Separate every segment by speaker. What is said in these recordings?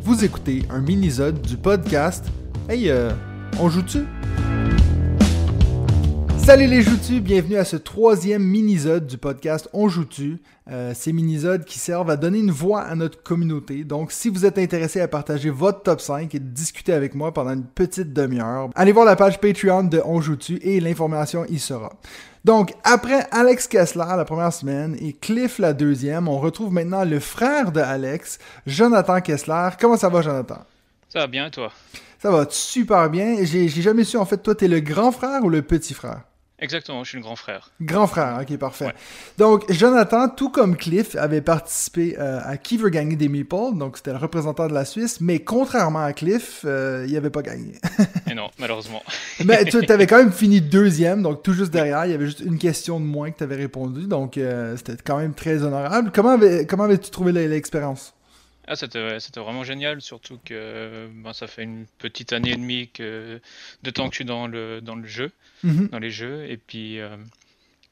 Speaker 1: Vous écoutez un mini-sode du podcast Hey, euh, on joue-tu? Salut les joutus, bienvenue à ce troisième minisode du podcast On joue-tu. Euh, ces minisodes qui servent à donner une voix à notre communauté. Donc si vous êtes intéressé à partager votre top 5 et de discuter avec moi pendant une petite demi-heure, allez voir la page Patreon de On joue-tu et l'information y sera. Donc après Alex Kessler la première semaine et Cliff la deuxième, on retrouve maintenant le frère de Alex, Jonathan Kessler. Comment ça va Jonathan?
Speaker 2: Ça va bien, et toi
Speaker 1: Ça va super bien. J'ai j'ai jamais su en fait toi t'es le grand frère ou le petit frère?
Speaker 2: Exactement, je suis le grand frère.
Speaker 1: Grand frère, ok, parfait.
Speaker 2: Ouais.
Speaker 1: Donc, Jonathan, tout comme Cliff, avait participé euh, à Qui veut gagner des meeples, donc c'était le représentant de la Suisse, mais contrairement à Cliff, euh, il n'avait pas gagné.
Speaker 2: Et non, malheureusement.
Speaker 1: mais tu avais quand même fini deuxième, donc tout juste derrière, il y avait juste une question de moins que tu avais répondu, donc euh, c'était quand même très honorable. Comment, avais, comment avais-tu trouvé la- l'expérience
Speaker 2: Ah, c'était c'était vraiment génial, surtout que euh, ben, ça fait une petite année et demie que, de temps que je suis dans le, dans le jeu,
Speaker 1: Mhm.
Speaker 2: dans les jeux. Et puis, euh,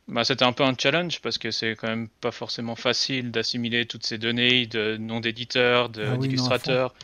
Speaker 2: ben, c'était un peu un challenge parce que c'est quand même pas forcément facile d'assimiler toutes ces données de noms d'éditeurs, de-
Speaker 1: Ah oui, non, à fond.
Speaker 2: d'illustrateurs,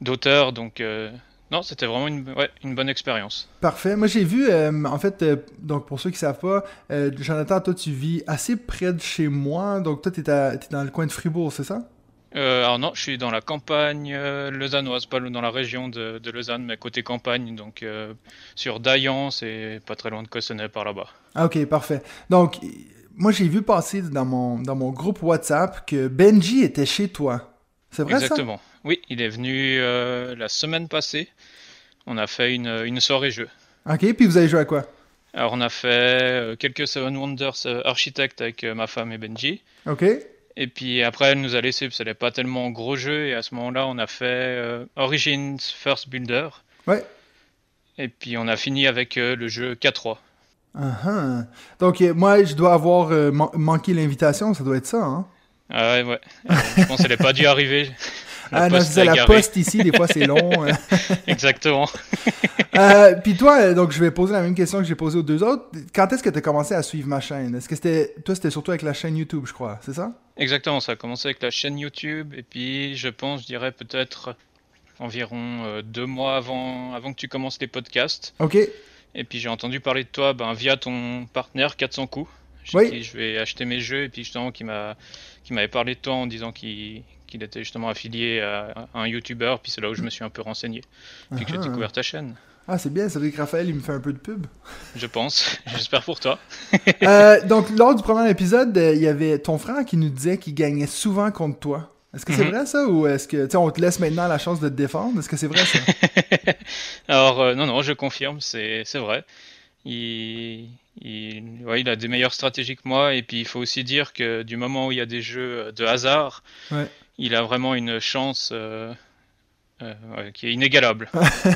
Speaker 2: d'auteurs. Donc, euh, non, c'était vraiment une, ouais, une bonne expérience.
Speaker 1: Parfait. Moi, j'ai vu, euh, en fait, euh, donc pour ceux qui savent pas, euh, Jonathan, toi, tu vis assez près de chez moi, donc toi, tu es dans le coin de Fribourg, c'est ça
Speaker 2: Euh, alors non, je suis dans la campagne euh, lausannoise, pas le- dans la région de, de Lausanne, mais côté campagne, donc euh, sur Dayan, c'est pas très loin de Cossonay par là-bas.
Speaker 1: Ah, Ok, parfait. Donc, euh, moi, j'ai vu passer dans mon, dans mon groupe WhatsApp que Benji était chez toi. C'est vrai
Speaker 2: Exactement. Oui, il est venu euh, la semaine passée. On a fait une, une soirée jeu.
Speaker 1: ça? Ok, puis vous avez joué à quoi?
Speaker 2: Alors on a fait euh, quelques Seven Wonders euh, Architect avec euh, ma femme et Benji.
Speaker 1: Ok.
Speaker 2: Et puis après, elle nous a laissé, parce qu'elle n'est pas tellement gros jeu. Et à ce moment-là, on a fait euh, Origins First Builder.
Speaker 1: Ouais.
Speaker 2: Et puis on a fini avec euh, le jeu K3.
Speaker 1: Uh-huh. Donc, euh, moi, je dois avoir euh, man- manqué l'invitation, ça doit être ça, hein?
Speaker 2: Ah ouais, ouais. Euh, je pense qu'elle n'est pas dû arriver.
Speaker 1: ah non, je disais
Speaker 2: a
Speaker 1: la
Speaker 2: garé.
Speaker 1: poste ici, des fois, c'est long. euh.
Speaker 2: Exactement.
Speaker 1: Euh, puis toi, euh, donc, je vais poser la même question que j'ai posée aux deux autres. Quand est-ce que tu as commencé à suivre ma chaîne? Est-ce que c'était... Toi, c'était surtout avec la chaîne YouTube, je crois, c'est ça?
Speaker 2: Exactement, ça a commencé avec la chaîne YouTube. Et puis, je pense, je dirais peut-être environ euh, deux mois avant, avant que tu commences les podcasts.
Speaker 1: Ok.
Speaker 2: Et puis, j'ai entendu parler de toi ben, via ton partenaire 400 coups. J'ai
Speaker 1: Oui.
Speaker 2: dit, je vais acheter mes jeux. Et puis, justement, qui m'a, qui m'avait parlé de toi en disant qu'il, qu'il était justement affilié à, à un YouTuber. Puis, c'est là où je me suis un peu renseigné. Puis que j'ai
Speaker 1: Uh-huh.
Speaker 2: découvert ta chaîne,
Speaker 1: Ah, c'est bien, ça veut dire que Raphaël, il me fait un peu de pub.
Speaker 2: je pense. J'espère pour toi.
Speaker 1: Euh, donc, lors du premier épisode, euh, il y avait ton frère qui nous disait qu'il gagnait souvent contre toi. Est-ce que c'est
Speaker 2: Mhm.
Speaker 1: vrai ça ou est-ce que tu sais, on te laisse maintenant la chance de te défendre Est-ce que c'est vrai ça
Speaker 2: Alors, euh, non, non, je confirme, c'est c'est vrai. Il, il, ouais, il a des meilleures stratégies que moi, et puis il faut aussi dire que du moment où il y a des jeux euh, de hasard,
Speaker 1: Ouais.
Speaker 2: il a vraiment une chance euh, euh, ouais, qui est inégalable.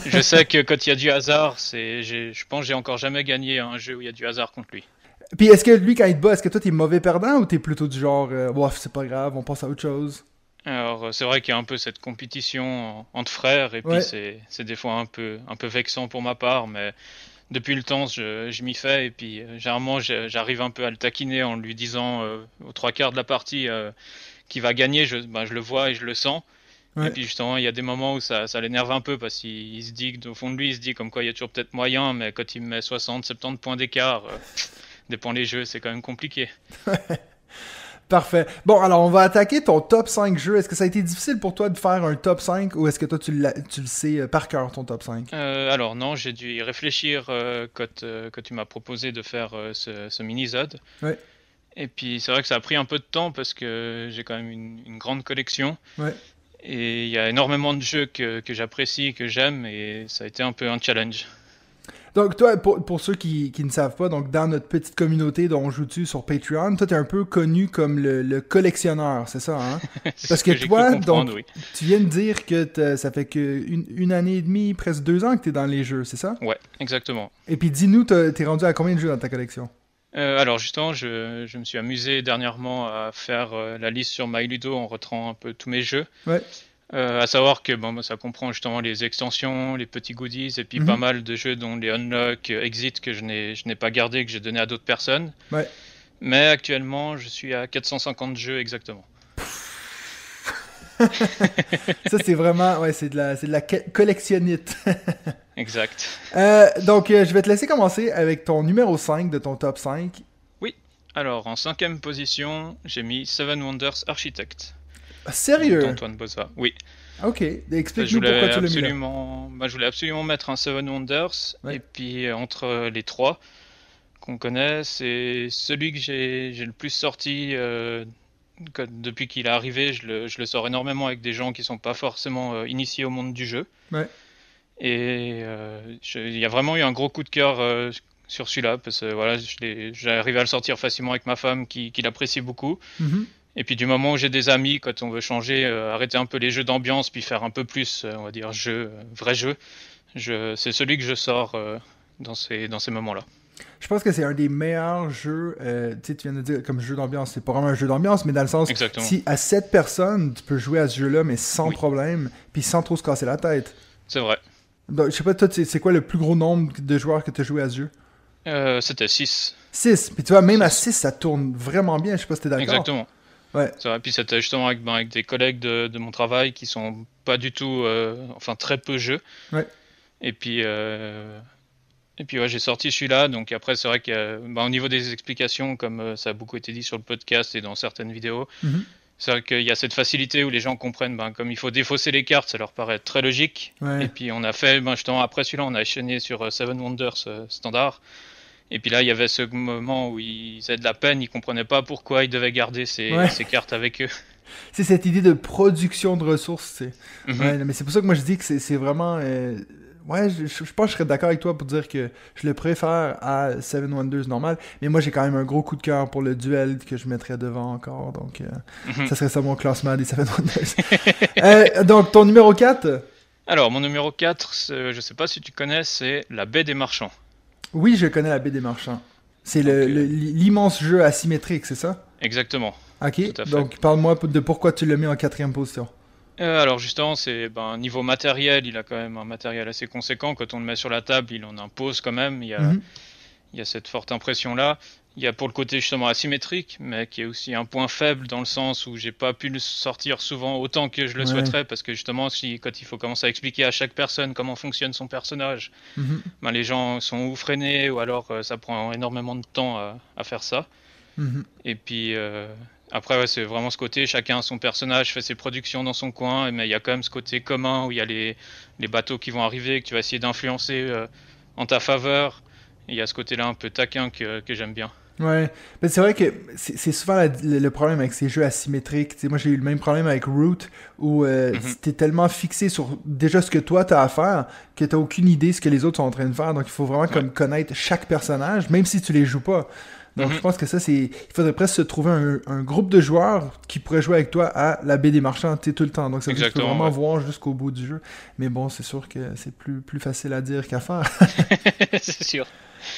Speaker 2: Je sais que quand il y a du hasard, c'est, j'ai- je pense que j'ai encore jamais gagné un jeu où il y a du hasard contre lui.
Speaker 1: Puis est-ce que lui, quand il te bat, est-ce que toi t'es mauvais perdant ou t'es plutôt du genre, euh, Ouah, c'est pas grave, on passe à autre chose
Speaker 2: Alors, euh, c'est vrai qu'il y a un peu cette compétition en- entre frères, et puis
Speaker 1: Ouais.
Speaker 2: c'est c'est des fois un peu, un peu vexant pour ma part, mais depuis le temps, je, je m'y fais, et puis euh, généralement, je- j'arrive un peu à le taquiner en lui disant euh, aux trois quarts de la partie euh, qui va gagner, je, ben, je le vois et je le sens.
Speaker 1: Ouais.
Speaker 2: Et puis justement, il y a des moments où ça, ça l'énerve un peu, parce qu'il il se dit, que- au fond de lui, il se dit comme quoi il y a toujours peut-être moyen, mais quand il me met 60, 70 points d'écart, euh, dépend les jeux, c'est quand même compliqué.
Speaker 1: Parfait. Bon, alors on va attaquer ton top 5 jeux. Est-ce que ça a été difficile pour toi de faire un top 5 ou est-ce que toi tu, l'as- tu le sais euh, par cœur ton top 5
Speaker 2: Euh, alors non, j'ai dû y réfléchir euh, quand, euh, quand tu m'as proposé de faire euh, ce, ce mini-zode.
Speaker 1: Ouais.
Speaker 2: Et puis c'est vrai que ça a pris un peu de temps parce que j'ai quand même une, une grande collection.
Speaker 1: Ouais.
Speaker 2: Et il y a énormément de jeux que, que j'apprécie, que j'aime, et ça a été un peu un challenge.
Speaker 1: Donc toi, pour, pour ceux qui, qui ne savent pas, donc dans notre petite communauté dont on joue dessus sur Patreon, toi t'es un peu connu comme le, le collectionneur, c'est ça hein
Speaker 2: C'est
Speaker 1: Parce
Speaker 2: ce
Speaker 1: que
Speaker 2: j'ai
Speaker 1: toi,
Speaker 2: cru comprendre,
Speaker 1: donc-
Speaker 2: oui.
Speaker 1: Tu viens de dire que t'as- ça fait que une, une année et demie, presque deux ans que t'es dans les jeux, c'est ça?
Speaker 2: Ouais, exactement.
Speaker 1: Et puis dis-nous, t'as- t'es rendu à combien de jeux dans ta collection?
Speaker 2: Euh, alors justement, je, je me suis amusé dernièrement à faire euh, la liste sur MyLudo en retrant un peu tous mes jeux.
Speaker 1: Ouais.
Speaker 2: Euh, à savoir que bon, bah, ça comprend justement les extensions, les petits goodies et puis
Speaker 1: Mhm.
Speaker 2: pas mal de jeux dont les unlock, euh, exit que je n'ai je n'ai pas gardé que j'ai donné à d'autres personnes.
Speaker 1: Ouais.
Speaker 2: Mais actuellement, je suis à 450 jeux exactement.
Speaker 1: ça, c'est vraiment, ouais, c'est de la, c'est de la que- collectionnite.
Speaker 2: Exact.
Speaker 1: Euh, donc, euh, je vais te laisser commencer avec ton numéro 5 de ton top 5.
Speaker 2: Alors, en cinquième position, j'ai mis Seven Wonders Architect
Speaker 1: Ah, Sérieux?
Speaker 2: d'Antoine Bozza. Oui,
Speaker 1: Ok. Ben,
Speaker 2: je
Speaker 1: Explique-nous
Speaker 2: voulais,
Speaker 1: pourquoi tu l'as mis là.
Speaker 2: absolument... bah, je voulais absolument mettre un Seven Wonders.
Speaker 1: Ouais.
Speaker 2: Et puis, euh, entre euh, les trois qu'on connaît, c'est celui que j'ai j'ai le plus sorti euh, que- depuis qu'il est arrivé. Je le, je le sors énormément avec des gens qui sont pas forcément euh, initiés au monde du jeu.
Speaker 1: Ouais.
Speaker 2: Et euh, je- il y a vraiment eu un gros coup de cœur euh, sur celui-là, parce que voilà, je l'ai- j'arrive à le sortir facilement avec ma femme qui, qui l'apprécie beaucoup.
Speaker 1: Mhm.
Speaker 2: Et puis du moment où j'ai des amis, quand on veut changer, euh, arrêter un peu les jeux d'ambiance, puis faire un peu plus, euh, on va dire, jeu, euh, vrai jeu, je, c'est celui que je sors euh, dans ces, dans ces moments-là.
Speaker 1: Je pense que c'est un des meilleurs jeux. euh, tu sais, tu viens de dire comme jeu d'ambiance, c'est pas vraiment un jeu d'ambiance, mais dans le sens,
Speaker 2: Exactement.
Speaker 1: si à 7 personnes, tu peux jouer à ce jeu-là, mais sans
Speaker 2: Oui.
Speaker 1: problème, puis sans trop se casser la tête.
Speaker 2: C'est vrai.
Speaker 1: Donc, je sais pas, toi, c'est c'est quoi le plus gros nombre de joueurs que tu as joué à ce jeu
Speaker 2: Euh, c'était 6.
Speaker 1: 6. Puis tu vois, même à 6, ça tourne vraiment bien. Je sais pas si t'es d'accord.
Speaker 2: Exactement.
Speaker 1: Ouais.
Speaker 2: C'est vrai. Puis c'était justement avec, ben, avec des collègues de, de mon travail qui sont pas du tout, euh, enfin très peu jeux.
Speaker 1: Ouais.
Speaker 2: Et puis, euh, et puis ouais, j'ai sorti celui-là. Donc après, c'est vrai qu'au ben, au niveau des explications, comme euh, ça a beaucoup été dit sur le podcast et dans certaines vidéos,
Speaker 1: Mhm.
Speaker 2: c'est vrai qu'il y a cette facilité où les gens comprennent, ben, comme il faut défausser les cartes, ça leur paraît très logique. Et
Speaker 1: Ouais.
Speaker 2: puis on a fait, ben, justement, après celui-là, on a enchaîné sur euh, Seven Wonders euh, standard. Et puis là, il y avait ce moment où ils avaient de la peine, ils comprenaient pas pourquoi ils devaient garder ces,
Speaker 1: Ouais.
Speaker 2: ces cartes avec eux.
Speaker 1: C'est cette idée de production de ressources, tu sais.
Speaker 2: Mhm.
Speaker 1: Ouais, non, mais c'est pour ça que moi je dis que c'est c'est vraiment. euh, Ouais, je, je- je pense que je serais d'accord avec toi pour dire que je le préfère à Seven Wonders normal, mais moi j'ai quand même un gros coup de cœur pour le duel que je mettrais devant encore, donc euh,
Speaker 2: Mhm.
Speaker 1: ça serait ça mon classement des Seven Wonders. Euh, donc ton numéro 4,
Speaker 2: Alors, mon numéro 4, je sais pas si tu connais, c'est La baie des marchands.
Speaker 1: oui je connais la baie des marchands. C'est le-
Speaker 2: Donc, euh,
Speaker 1: le- l'immense jeu asymétrique, c'est ça?
Speaker 2: Exactement.
Speaker 1: Ok,
Speaker 2: Tout à fait.
Speaker 1: donc parle-moi de pourquoi tu le mets en quatrième position.
Speaker 2: Euh, alors, justement, c'est ben, niveau matériel, il a quand même un matériel assez conséquent. Quand on le met sur la table, il en impose quand même. Il y a,
Speaker 1: Mhm.
Speaker 2: il y a cette forte impression-là. Il y a pour le côté justement asymétrique, mais qui est aussi un point faible dans le sens où j'ai pas pu le sortir souvent autant que je le
Speaker 1: Ouais.
Speaker 2: souhaiterais, parce que justement, si, quand il faut commencer à expliquer à chaque personne comment fonctionne son personnage,
Speaker 1: Mhm.
Speaker 2: ben, les gens sont ou freinés ou alors euh, ça prend énormément de temps à, à faire ça.
Speaker 1: Mhm.
Speaker 2: Et puis euh, après, ouais, c'est vraiment ce côté, chacun a son personnage, fait ses productions dans son coin, et- mais il y a quand même ce côté commun où il y a les, les bateaux qui vont arriver, que tu vas essayer d'influencer euh, en ta faveur. Et Il y a ce côté-là un peu taquin que, que j'aime bien.
Speaker 1: Ouais, mais c'est vrai que c'est c'est souvent la- le, le problème avec ces jeux asymétriques. Tu sais, moi, j'ai eu le même problème avec Root, où euh,
Speaker 2: Mhm.
Speaker 1: t'es tellement fixé sur déjà ce que toi t'as à faire que t'as aucune idée ce que les autres sont en train de faire. Donc, il faut vraiment comme connaître chaque personnage, même si tu les joues pas. Donc,
Speaker 2: Mhm.
Speaker 1: je pense que ça, c'est. Il faudrait presque se trouver un, un groupe de joueurs qui pourraient jouer avec toi à la baie des marchands, tu sais, tout le temps. Donc, ça veut dire que tu peux
Speaker 2: Exactement,
Speaker 1: vraiment
Speaker 2: ouais.
Speaker 1: voir jusqu'au bout du jeu. Mais bon, c'est sûr que c'est plus, plus facile à dire qu'à faire.
Speaker 2: c'est sûr.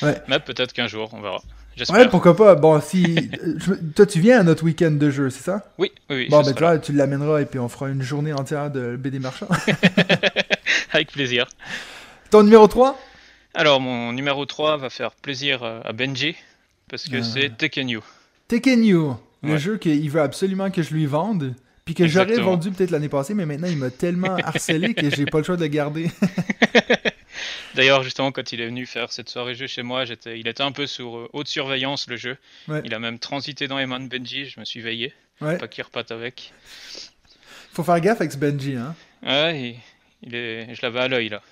Speaker 1: Ouais.
Speaker 2: Mais peut-être qu'un jour, on verra. J'espère.
Speaker 1: Ouais, pourquoi pas. Bon, si. je- toi, tu viens à notre week-end de jeu, c'est ça?
Speaker 2: Oui, oui, oui,
Speaker 1: Bon, ben
Speaker 2: je serai
Speaker 1: tu vois, tu l'amèneras et puis on fera une journée entière de BD marchand.
Speaker 2: là. avec plaisir.
Speaker 1: Ton numéro 3
Speaker 2: Alors, mon numéro 3 va faire plaisir euh, à Benji, parce que
Speaker 1: Ah.
Speaker 2: c'est Tekken U.
Speaker 1: Tekken You, le
Speaker 2: Ouais.
Speaker 1: jeu qu'il veut absolument que je lui vende, puis que j'aurais
Speaker 2: Exactement.
Speaker 1: vendu peut-être l'année passée, mais maintenant il m'a tellement harcelé que j'ai pas le choix de le garder.
Speaker 2: D'ailleurs, justement, quand il est venu faire cette soirée jeu chez moi, j'étais, il était un peu sur euh, haute surveillance le jeu.
Speaker 1: Ouais.
Speaker 2: Il a même transité dans les mains de Benji, je me suis veillé,
Speaker 1: Ouais,
Speaker 2: pas qu'il repatte avec.
Speaker 1: faut faire gaffe avec ce Benji, hein.
Speaker 2: Ouais, il, il est, je l'avais à l'œil là.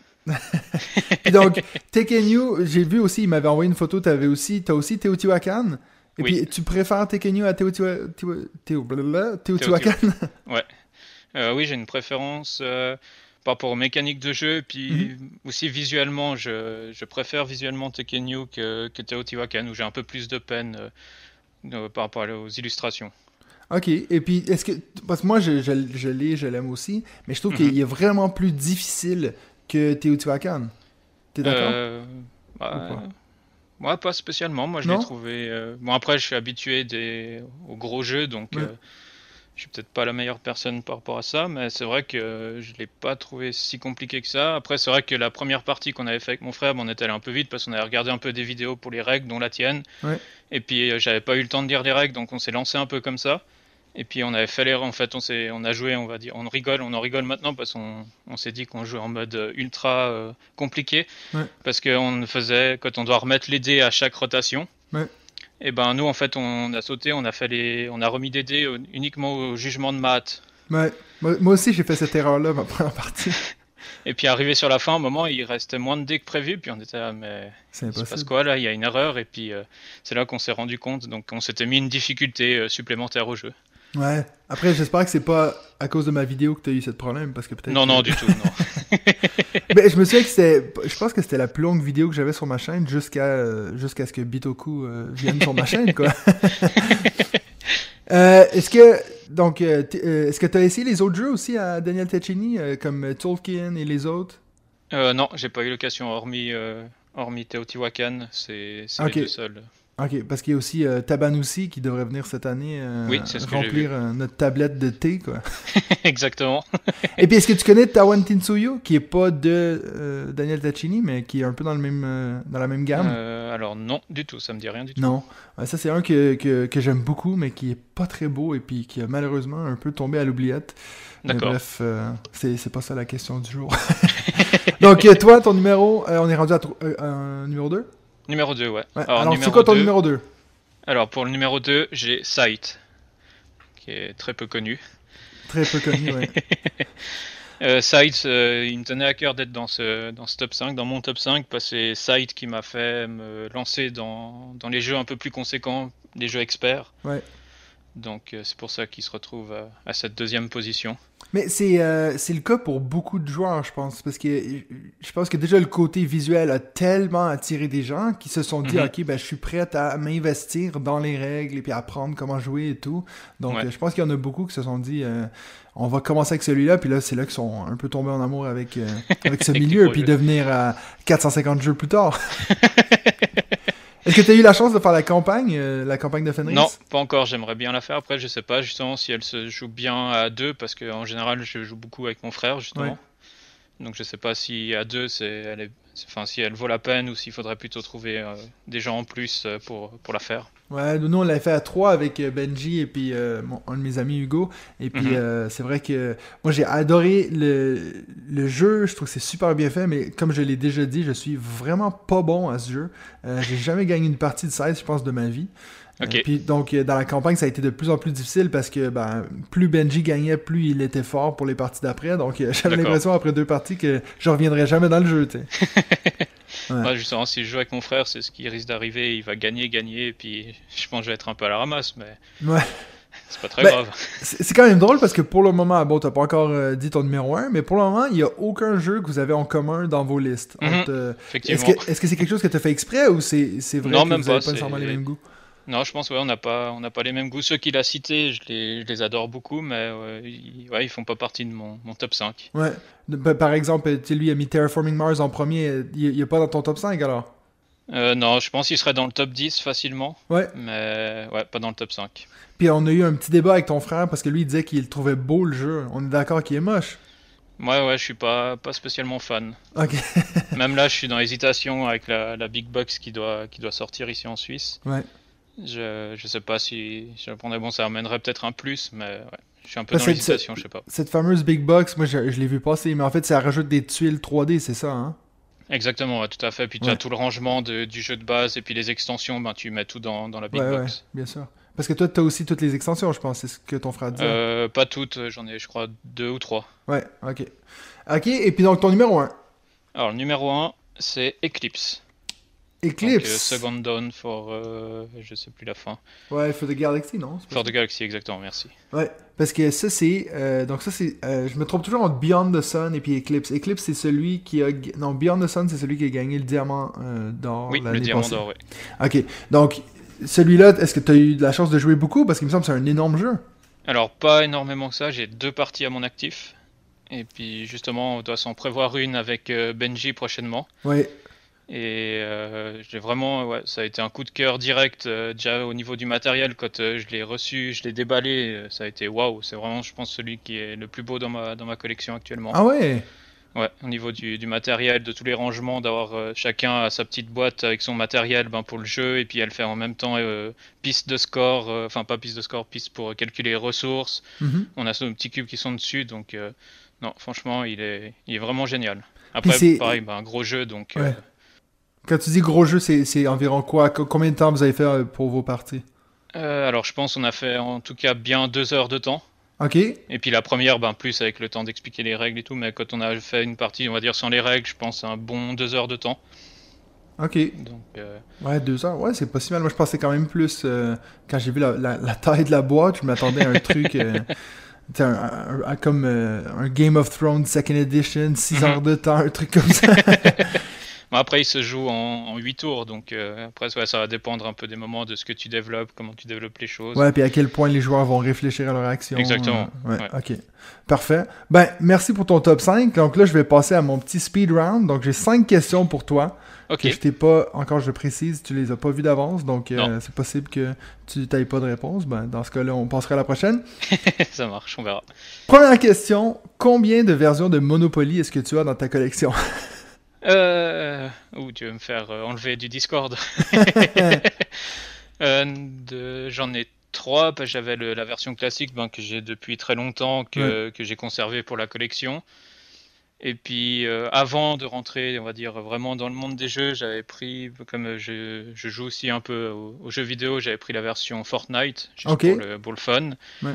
Speaker 1: Puis donc, Tekken You, j'ai vu aussi, il m'avait envoyé une photo, t'avais aussi, t'as aussi Teotihuacan. Et
Speaker 2: Oui.
Speaker 1: puis, tu préfères Tekken You à Teotihuacan? Teotihuacan?
Speaker 2: Euh, oui, j'ai une préférence euh, par rapport aux mécaniques de jeu, puis
Speaker 1: Mhm.
Speaker 2: aussi visuellement, je, je préfère visuellement Tekken New que, que Teotihuacan, où j'ai un peu plus de peine euh, euh, par rapport aux illustrations.
Speaker 1: Ok, et puis est-ce que. Parce que moi, je, je, je l'ai, je l'aime aussi, mais je trouve
Speaker 2: Mhm.
Speaker 1: qu'il est vraiment plus difficile que Teotihuacan. T'es d'accord?
Speaker 2: Euh, bah,
Speaker 1: Ou pas
Speaker 2: Moi, pas spécialement. Moi, je l'ai
Speaker 1: Non
Speaker 2: trouvé. euh, Bon, après, je suis habitué des... aux gros jeux, donc
Speaker 1: Ouais.
Speaker 2: euh, je suis peut-être pas la meilleure personne par rapport à ça, mais c'est vrai que euh, je l'ai pas trouvé si compliqué que ça. Après, c'est vrai que la première partie qu'on avait fait avec mon frère, bon, on est allé un peu vite parce qu'on avait regardé un peu des vidéos pour les règles, dont la tienne.
Speaker 1: Ouais.
Speaker 2: Et puis, euh, j'avais pas eu le temps de lire les règles, donc on s'est lancé un peu comme ça. Et puis on avait fait l'erreur, en fait, on, s'est, on a joué, on va dire, on rigole, on en rigole maintenant parce qu'on on s'est dit qu'on jouait en mode ultra euh, compliqué.
Speaker 1: Ouais.
Speaker 2: Parce qu'on faisait, quand on doit remettre les dés à chaque rotation,
Speaker 1: Ouais.
Speaker 2: et ben nous, en fait, on a sauté, on a, fait les, on a remis des dés euh, uniquement au jugement de maths.
Speaker 1: Ouais. Moi, moi aussi, j'ai fait cette erreur-là, ma première partie.
Speaker 2: Et puis arrivé sur la fin, au moment, il restait moins de dés que prévu, puis on était là, mais
Speaker 1: C'est
Speaker 2: il se passe
Speaker 1: impossible.
Speaker 2: quoi là Il y a une erreur, et puis euh, c'est là qu'on s'est rendu compte, donc on s'était mis une difficulté euh, supplémentaire au jeu.
Speaker 1: Ouais. Après, j'espère que c'est pas à cause de ma vidéo que t'as eu ce problème, parce que peut-être.
Speaker 2: Non, non, du tout, non.
Speaker 1: Mais je me souviens que c'était. Je pense que c'était la plus longue vidéo que j'avais sur ma chaîne jusqu'à euh, jusqu'à ce que Bitoku euh, vienne sur ma chaîne, quoi. Euh, est-ce que. Donc, euh, t'es- euh, est-ce que t'as essayé les autres jeux aussi à Daniel Tacchini, euh, comme euh, Tolkien et les autres
Speaker 2: Euh, non, j'ai pas eu l'occasion, hormis, euh, hormis Teotihuacan, c'est c'est
Speaker 1: Ok.
Speaker 2: les deux seuls.
Speaker 1: Ok, parce qu'il y a aussi euh, Tabanoussi qui devrait venir cette année euh,
Speaker 2: Oui, c'est ce que j'ai
Speaker 1: remplir euh, notre tablette de thé, quoi.
Speaker 2: Exactement.
Speaker 1: et puis, est-ce que tu connais Tawan Tinsuyo, qui est pas de euh, Daniel Tacchini, mais qui est un peu dans, le même, euh, dans la même gamme
Speaker 2: Euh, alors non, du tout, ça me dit rien du tout.
Speaker 1: Non. Euh, Ça, c'est un que, que, que j'aime beaucoup, mais qui est pas très beau et puis qui a malheureusement un peu tombé à l'oubliette. Mais
Speaker 2: D'accord.
Speaker 1: Bref, euh, c'est c'est pas ça la question du jour. Donc, euh, toi, ton numéro, euh, on est rendu à tro- euh, euh, numéro 2
Speaker 2: Ah, Numéro 2, ouais.
Speaker 1: Alors, c'est quoi ton
Speaker 2: deux-
Speaker 1: numéro 2
Speaker 2: Alors pour le numéro 2, j'ai Sight, qui est très peu connu.
Speaker 1: Très peu connu, ouais.
Speaker 2: Euh, Sight, euh, il me tenait à cœur d'être dans ce, dans ce top 5, dans mon top 5, parce que c'est Sight qui m'a fait me lancer dans, dans les jeux un peu plus conséquents, les jeux experts.
Speaker 1: Ouais.
Speaker 2: Donc euh, c'est pour ça qu'il se retrouve à, à cette deuxième position.
Speaker 1: Mais c'est euh, c'est le cas pour beaucoup de joueurs, je pense, parce que euh, je pense que déjà le côté visuel a tellement attiré des gens qui se sont dit
Speaker 2: Mhm.
Speaker 1: ok ben je suis prête à m'investir dans les règles et puis apprendre comment jouer et tout. Donc
Speaker 2: Ouais.
Speaker 1: euh, je pense qu'il y en a beaucoup qui se sont dit euh, on va commencer avec celui-là puis là c'est là qu'ils sont un peu tombés en amour avec euh, avec ce
Speaker 2: Avec les
Speaker 1: milieu
Speaker 2: gros
Speaker 1: puis
Speaker 2: jeux.
Speaker 1: devenir euh, à 450 jeux plus tard. Est-ce que tu as eu la chance de faire la campagne, euh, la campagne de Fenris
Speaker 2: Non, pas encore, j'aimerais bien la faire. Après, je sais pas justement si elle se joue bien à deux, parce que en général, je joue beaucoup avec mon frère justement. Donc je sais pas si à deux, c'est, elle est, c'est- enfin si elle vaut la peine ou s'il faudrait plutôt trouver euh, des gens en plus euh, pour pour la faire.
Speaker 1: Ouais, nous, nous, on l'avait fait à trois avec euh, Benji et puis euh, mon- un de mes amis Hugo. Et puis
Speaker 2: Mhm.
Speaker 1: euh, c'est vrai que moi j'ai adoré le, le jeu, je trouve que c'est super bien fait, mais comme je l'ai déjà dit, je suis vraiment pas bon à ce jeu. Euh, j'ai jamais gagné une partie de 16, je pense, de ma vie. Euh,
Speaker 2: Ok.
Speaker 1: puis donc euh, dans la campagne, ça a été de plus en plus difficile parce que ben, plus Benji gagnait, plus il était fort pour les parties d'après. Donc euh, j'avais
Speaker 2: D'accord.
Speaker 1: l'impression après deux parties que je reviendrais jamais dans le jeu. tu sais. Ouais.
Speaker 2: Moi, justement, si je joue avec mon frère, c'est ce qui risque d'arriver. Il va gagner, gagner, et puis je pense que je vais être un peu à la ramasse, mais
Speaker 1: Ouais.
Speaker 2: c'est pas très
Speaker 1: Ben,
Speaker 2: grave.
Speaker 1: C'est c'est quand même drôle parce que pour le moment, bon, t'as pas encore euh, dit ton numéro 1, mais pour le moment, il y a aucun jeu que vous avez en commun dans vos listes.
Speaker 2: Mhm.
Speaker 1: Entre, euh, Est-ce
Speaker 2: Effectivement.
Speaker 1: que est-ce que c'est quelque chose que t'as fait exprès ou c'est c'est vrai
Speaker 2: Non,
Speaker 1: que
Speaker 2: même
Speaker 1: vous avez
Speaker 2: pas,
Speaker 1: pas nécessairement
Speaker 2: c'est-
Speaker 1: les mêmes goûts
Speaker 2: Non, je pense ouais, on n'a pas, on n'a pas les mêmes goûts. Ceux qu'il a cités, je les, je les adore beaucoup, mais euh, ils, ouais, ils font pas partie de mon, mon top 5.
Speaker 1: Ouais. De- pa- Par exemple, euh, tu sais, lui a mis Terraforming Mars en premier, euh, il il est pas dans ton top 5 alors
Speaker 2: Euh, non, je pense qu'ils seraient dans le top 10 facilement,
Speaker 1: Ouais.
Speaker 2: mais ouais, pas dans le top 5.
Speaker 1: Puis on a eu un petit débat avec ton frère parce que lui il disait qu'il trouvait beau le jeu. On est d'accord qu'il est moche.
Speaker 2: Moi, ouais, je suis pas, pas spécialement fan.
Speaker 1: Ok.
Speaker 2: Même là, je suis dans l'hésitation avec la, la Big Box qui doit, qui doit sortir ici en Suisse.
Speaker 1: Ouais.
Speaker 2: Je, je sais pas si je le prendrais bon, ça amènerait peut-être un plus, mais ouais, je suis un peu
Speaker 1: Parce
Speaker 2: dans
Speaker 1: que
Speaker 2: l'hésitation, je sais pas.
Speaker 1: Cette fameuse Big Box, moi je, je l'ai vu passer, mais en fait ça rajoute des tuiles 3D, c'est ça hein
Speaker 2: Exactement, ouais, tout à fait. Puis tu
Speaker 1: Ouais.
Speaker 2: as tout le rangement de- du jeu de base et puis les extensions, ben, tu mets tout dans, dans la Big
Speaker 1: Ouais,
Speaker 2: Box.
Speaker 1: Bien sûr. Parce que toi t'as aussi toutes les extensions, je pense, c'est ce que ton frère disait.
Speaker 2: Euh, pas toutes, euh, j'en ai, je crois, deux ou trois.
Speaker 1: Ouais, ok. Ok, et puis donc ton numéro 1,
Speaker 2: Alors, le numéro un, c'est Eclipse. Donc, euh,
Speaker 1: Eclipse.
Speaker 2: Second Dawn for, euh, je sais plus la fin.
Speaker 1: Ouais, For the Galaxy, non C'est pas
Speaker 2: For the Galaxy, exactement, merci.
Speaker 1: ça. Ouais, parce que ça c'est. euh, donc ça c'est. euh, je me trompe toujours entre Beyond the Sun et puis Eclipse. Eclipse c'est celui qui a. g- Non, Beyond the Sun c'est celui qui a gagné le diamant euh, d'or
Speaker 2: oui, le
Speaker 1: l'année
Speaker 2: diamant
Speaker 1: passée.
Speaker 2: d'or, ouais.
Speaker 1: Ok, donc celui-là, est-ce que t'as eu de la chance de jouer beaucoup Parce qu'il me semble que c'est un énorme jeu.
Speaker 2: Alors, pas énormément que ça, j'ai deux parties à mon actif. Et puis, justement, on doit s'en prévoir une avec euh, Benji prochainement.
Speaker 1: Ouais,
Speaker 2: Et euh, j'ai vraiment, ouais, ça a été un coup de cœur direct euh, déjà au niveau du matériel quand euh, je l'ai reçu, je l'ai déballé, euh, ça a été waouh, c'est vraiment, je pense, celui qui est le plus beau dans ma, dans ma collection actuellement.
Speaker 1: ah ouais
Speaker 2: Ouais, au niveau du, du matériel, de tous les rangements, d'avoir euh, chacun à sa petite boîte avec son matériel ben, pour le jeu, et puis elle fait en même temps euh, piste de score, euh, enfin pas piste de score, piste pour euh, calculer les ressources.
Speaker 1: Mhm.
Speaker 2: On a nos petits cubes qui sont dessus, donc euh, non, franchement, il est, il est vraiment génial.
Speaker 1: c'est-
Speaker 2: Après, pareil, ben, un gros jeu, donc
Speaker 1: Ouais.
Speaker 2: euh,
Speaker 1: Quand tu dis gros jeu, c'est c'est environ quoi Co- Combien de temps vous avez fait euh, pour vos parties
Speaker 2: euh, alors je pense on a fait en tout cas bien deux heures de temps.
Speaker 1: Ok.
Speaker 2: Et puis la première, ben, plus avec le temps d'expliquer les règles et tout, mais quand on a fait une partie, on va dire sans les règles, je pense un bon deux heures de temps.
Speaker 1: Ok.
Speaker 2: Donc euh,
Speaker 1: Ouais, deux heures. Ouais, c'est pas si mal. Moi, je pensais quand même plus. euh, quand j'ai vu la, la- la taille de la boîte, je m'attendais à un truc. euh, tu sais, un- un- un- comme euh, un Game of Thrones Second Edition, 6
Speaker 2: Mhm.
Speaker 1: heures de temps, un truc comme ça.
Speaker 2: Bon, après, il se joue en, en 8 tours, donc euh, après, ouais, ça va dépendre un peu des moments, de ce que tu développes, comment tu développes les choses.
Speaker 1: Ouais, puis à quel point les joueurs vont réfléchir à leur action.
Speaker 2: Exactement,
Speaker 1: Euh, ouais,
Speaker 2: ouais.
Speaker 1: ok. Parfait. Ben, merci pour ton top 5. Donc là, je vais passer à mon petit speed round. Donc j'ai 5 questions pour toi
Speaker 2: ok,
Speaker 1: que je t'ai pas, encore je précise, tu les as pas vues d'avance. Donc euh,
Speaker 2: Non.
Speaker 1: c'est possible que tu n'aies pas de réponse. Ben, dans ce cas-là, on passera à la prochaine.
Speaker 2: ça marche, on verra.
Speaker 1: Première question. Combien de versions de Monopoly est-ce que tu as dans ta collection?
Speaker 2: Euh... Ouh, tu veux me faire euh, enlever du Discord. Euh, de- J'en ai trois, parce que j'avais le- la version classique ben, que j'ai depuis très longtemps, que, que j'ai conservée pour la collection. Et puis euh, avant de rentrer, on va dire, vraiment dans le monde des jeux, j'avais pris, comme euh, je, je joue aussi un peu aux, aux jeux vidéo, j'avais pris la version Fortnite, juste
Speaker 1: Ok.
Speaker 2: pour, le, pour le fun.
Speaker 1: Ouais.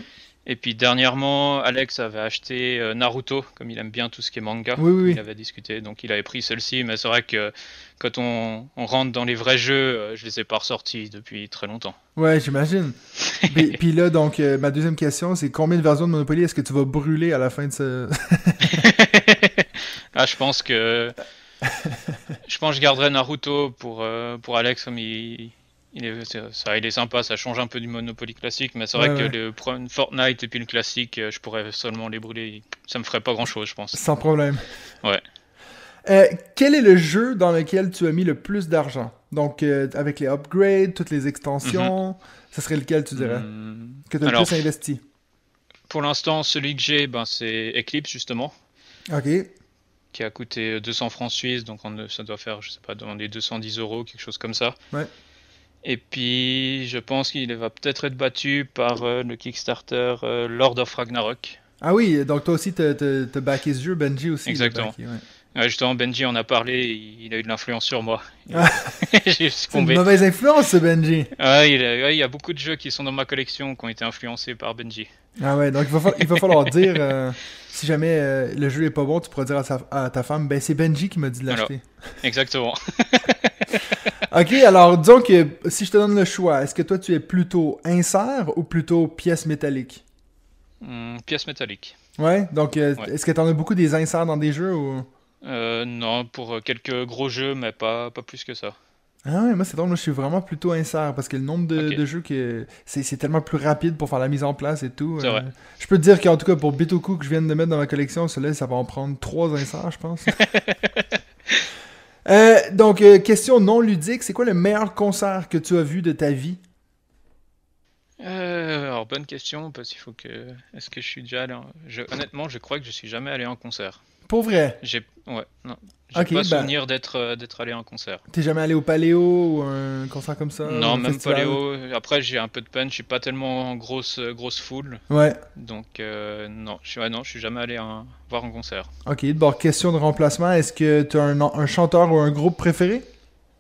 Speaker 2: Et puis dernièrement, Alex avait acheté euh, Naruto, comme il aime bien tout ce qui est manga.
Speaker 1: Oui, oui, oui.
Speaker 2: Il avait discuté, donc il avait pris celle-ci, mais c'est vrai que quand on, on rentre dans les vrais jeux, euh, je les ai pas ressortis depuis très longtemps.
Speaker 1: Ouais, j'imagine. puis, puis là, donc, euh, ma deuxième question, c'est combien de versions de Monopoly est-ce que tu vas brûler à la fin de ce...
Speaker 2: ah, je pense que je pense que je garderai Naruto pour euh, pour Alex comme il il est c'est- ça il est sympa, ça change un peu du Monopoly classique, mais c'est vrai
Speaker 1: Ouais,
Speaker 2: que
Speaker 1: ouais.
Speaker 2: le pro- Fortnite et puis le classique, euh, je pourrais seulement les brûler, ça me ferait pas grand chose, je pense.
Speaker 1: Sans problème.
Speaker 2: Ouais.
Speaker 1: Euh, quel est le jeu dans lequel tu as mis le plus d'argent? Donc, euh, avec les upgrades, toutes les extensions, ce serait lequel tu dirais
Speaker 2: Hmm.
Speaker 1: que tu as le
Speaker 2: Mhm. Alors-
Speaker 1: plus investi?
Speaker 2: Pour l'instant, celui que j'ai, ben c'est Eclipse justement.
Speaker 1: Ok.
Speaker 2: qui a coûté 200 francs suisses, donc on- ça doit faire, je sais pas, dans les 210 euros, quelque chose comme ça.
Speaker 1: Ouais.
Speaker 2: Et puis, je pense qu'il va peut-être être battu par euh, le Kickstarter euh, Lord of Ragnarok.
Speaker 1: Ah oui, donc toi aussi, t'as t'as- t'as backé ce jeu, Benji aussi. l'a
Speaker 2: Exactement.
Speaker 1: backé, ouais.
Speaker 2: Ouais, justement, Benji en a parlé, il il a eu de l'influence sur moi.
Speaker 1: Ah.
Speaker 2: J'ai
Speaker 1: C'est une
Speaker 2: succombé.
Speaker 1: mauvaise influence, ce Benji.
Speaker 2: Ouais, il, a- ouais, il y a beaucoup de jeux qui sont dans ma collection qui ont été influencés par Benji.
Speaker 1: Ah ouais, donc il va, fa- il va falloir dire, euh, si jamais euh, le jeu est pas bon, tu pourras dire à, sa- à ta femme, ben c'est Benji qui m'a dit de
Speaker 2: Alors.
Speaker 1: l'acheter.
Speaker 2: Exactement.
Speaker 1: Ok, alors disons que si je te donne le choix, est-ce que toi tu es plutôt insert ou plutôt pièce métallique?
Speaker 2: Hmm, pièce métallique.
Speaker 1: Ouais, donc euh,
Speaker 2: Ouais.
Speaker 1: est-ce que t'en as beaucoup des inserts dans des jeux ou...
Speaker 2: Euh, non, pour euh, quelques gros jeux, mais pas, pas plus que ça.
Speaker 1: Ah ouais, moi c'est drôle, moi je suis vraiment plutôt insert parce que le nombre de,
Speaker 2: Ok.
Speaker 1: de jeux que c'est c'est tellement plus rapide pour faire la mise en place et tout. euh.
Speaker 2: C'est vrai.
Speaker 1: Je peux te dire qu'en tout cas pour Bitoku que je viens de mettre dans ma collection, celui-là ça va en prendre trois inserts je pense. Euh, donc euh, question non ludique, c'est quoi le meilleur concert que tu as vu de ta vie?
Speaker 2: Euh, alors bonne question parce qu'il faut que est-ce que je suis déjà allé en- je- honnêtement je crois que je suis jamais allé en concert
Speaker 1: Pour vrai,
Speaker 2: j'ai ouais non j'ai
Speaker 1: Ok,
Speaker 2: pas
Speaker 1: bah-
Speaker 2: souvenir d'être euh, d'être allé en concert
Speaker 1: t'es jamais allé au Paléo ou à un concert comme Bah, ça? ou
Speaker 2: non
Speaker 1: un
Speaker 2: même pas
Speaker 1: festival?
Speaker 2: Léo après j'ai un peu de peine je suis pas tellement en grosse euh, grosse foule
Speaker 1: Ouais,
Speaker 2: donc euh, non je suis ouais, non je suis jamais allé en- voir un concert
Speaker 1: ok. Bon, question de remplacement, est-ce que tu as un, un chanteur ou un groupe préféré?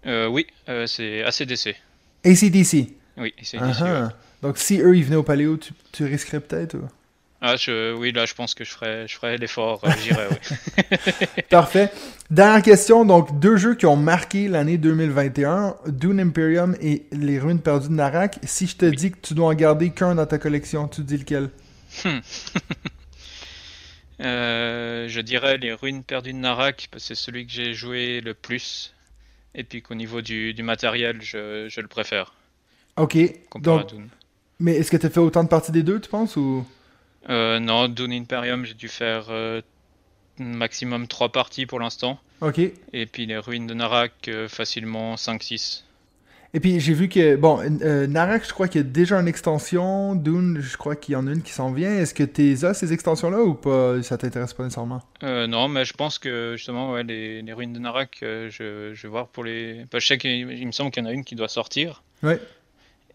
Speaker 2: Euh, oui euh, c'est ACDC
Speaker 1: ACDC.
Speaker 2: oui c'est
Speaker 1: Ah
Speaker 2: d'ici, ouais.
Speaker 1: ah. Donc si eux ils venaient au Paléo, tu, tu risquerais peut-être? ou?
Speaker 2: ah je oui là je pense que je ferais je ferais l'effort euh, j'irais ouais.
Speaker 1: Parfait. Dernière question, donc deux jeux qui ont marqué l'année 2021, Dune Imperium et Les Ruines Perdues de Narak. Si je te dis que tu dois en garder qu'un dans ta collection, tu dis lequel?
Speaker 2: Euh, je dirais les ruines perdues de Narak, parce que c'est celui que j'ai joué le plus. Et puis qu'au niveau du, du matériel, je, je le préfère
Speaker 1: Ok.
Speaker 2: comparé
Speaker 1: Donc,
Speaker 2: à Dune.
Speaker 1: mais est-ce que tu as fait autant de parties des deux, tu penses? Ou...
Speaker 2: Euh, non, Dune Imperium, j'ai dû faire euh, maximum 3 parties pour l'instant.
Speaker 1: Ok.
Speaker 2: Et puis les ruines de Narak, euh, facilement 5-6.
Speaker 1: Et puis j'ai vu que, bon, euh, Narak, je crois qu'il y a déjà une extension. Dune, je crois qu'il y en a une qui s'en vient. Est-ce que t'es as ces extensions-là ou pas Ça t'intéresse pas nécessairement
Speaker 2: Euh, non, mais je pense que justement, ouais, les, les ruines de Narak, euh, je, je vais voir pour les. parce que je sais qu'il il me semble qu'il y en a une qui doit sortir.
Speaker 1: Ouais.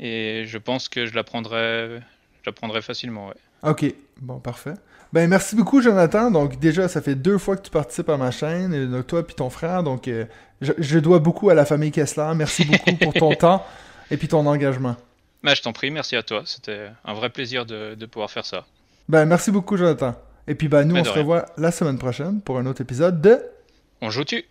Speaker 2: Et je pense que je la prendrai, je la prendrai facilement. Ouais.
Speaker 1: Ok, bon, parfait. Ben, merci beaucoup, Jonathan. Donc, déjà, ça fait deux fois que tu participes à ma chaîne, euh, donc toi puis ton frère. Donc, euh, je, je dois beaucoup à la famille Kessler. Merci beaucoup pour ton temps et puis ton engagement.
Speaker 2: Mais Bah, je t'en prie, merci à toi. C'était un vrai plaisir de, de pouvoir faire ça.
Speaker 1: Ben, merci beaucoup, Jonathan. Et puis, ben, nous,
Speaker 2: Mais
Speaker 1: on
Speaker 2: de
Speaker 1: se
Speaker 2: rien.
Speaker 1: revoit la semaine prochaine pour un autre épisode de
Speaker 2: On joue-tu?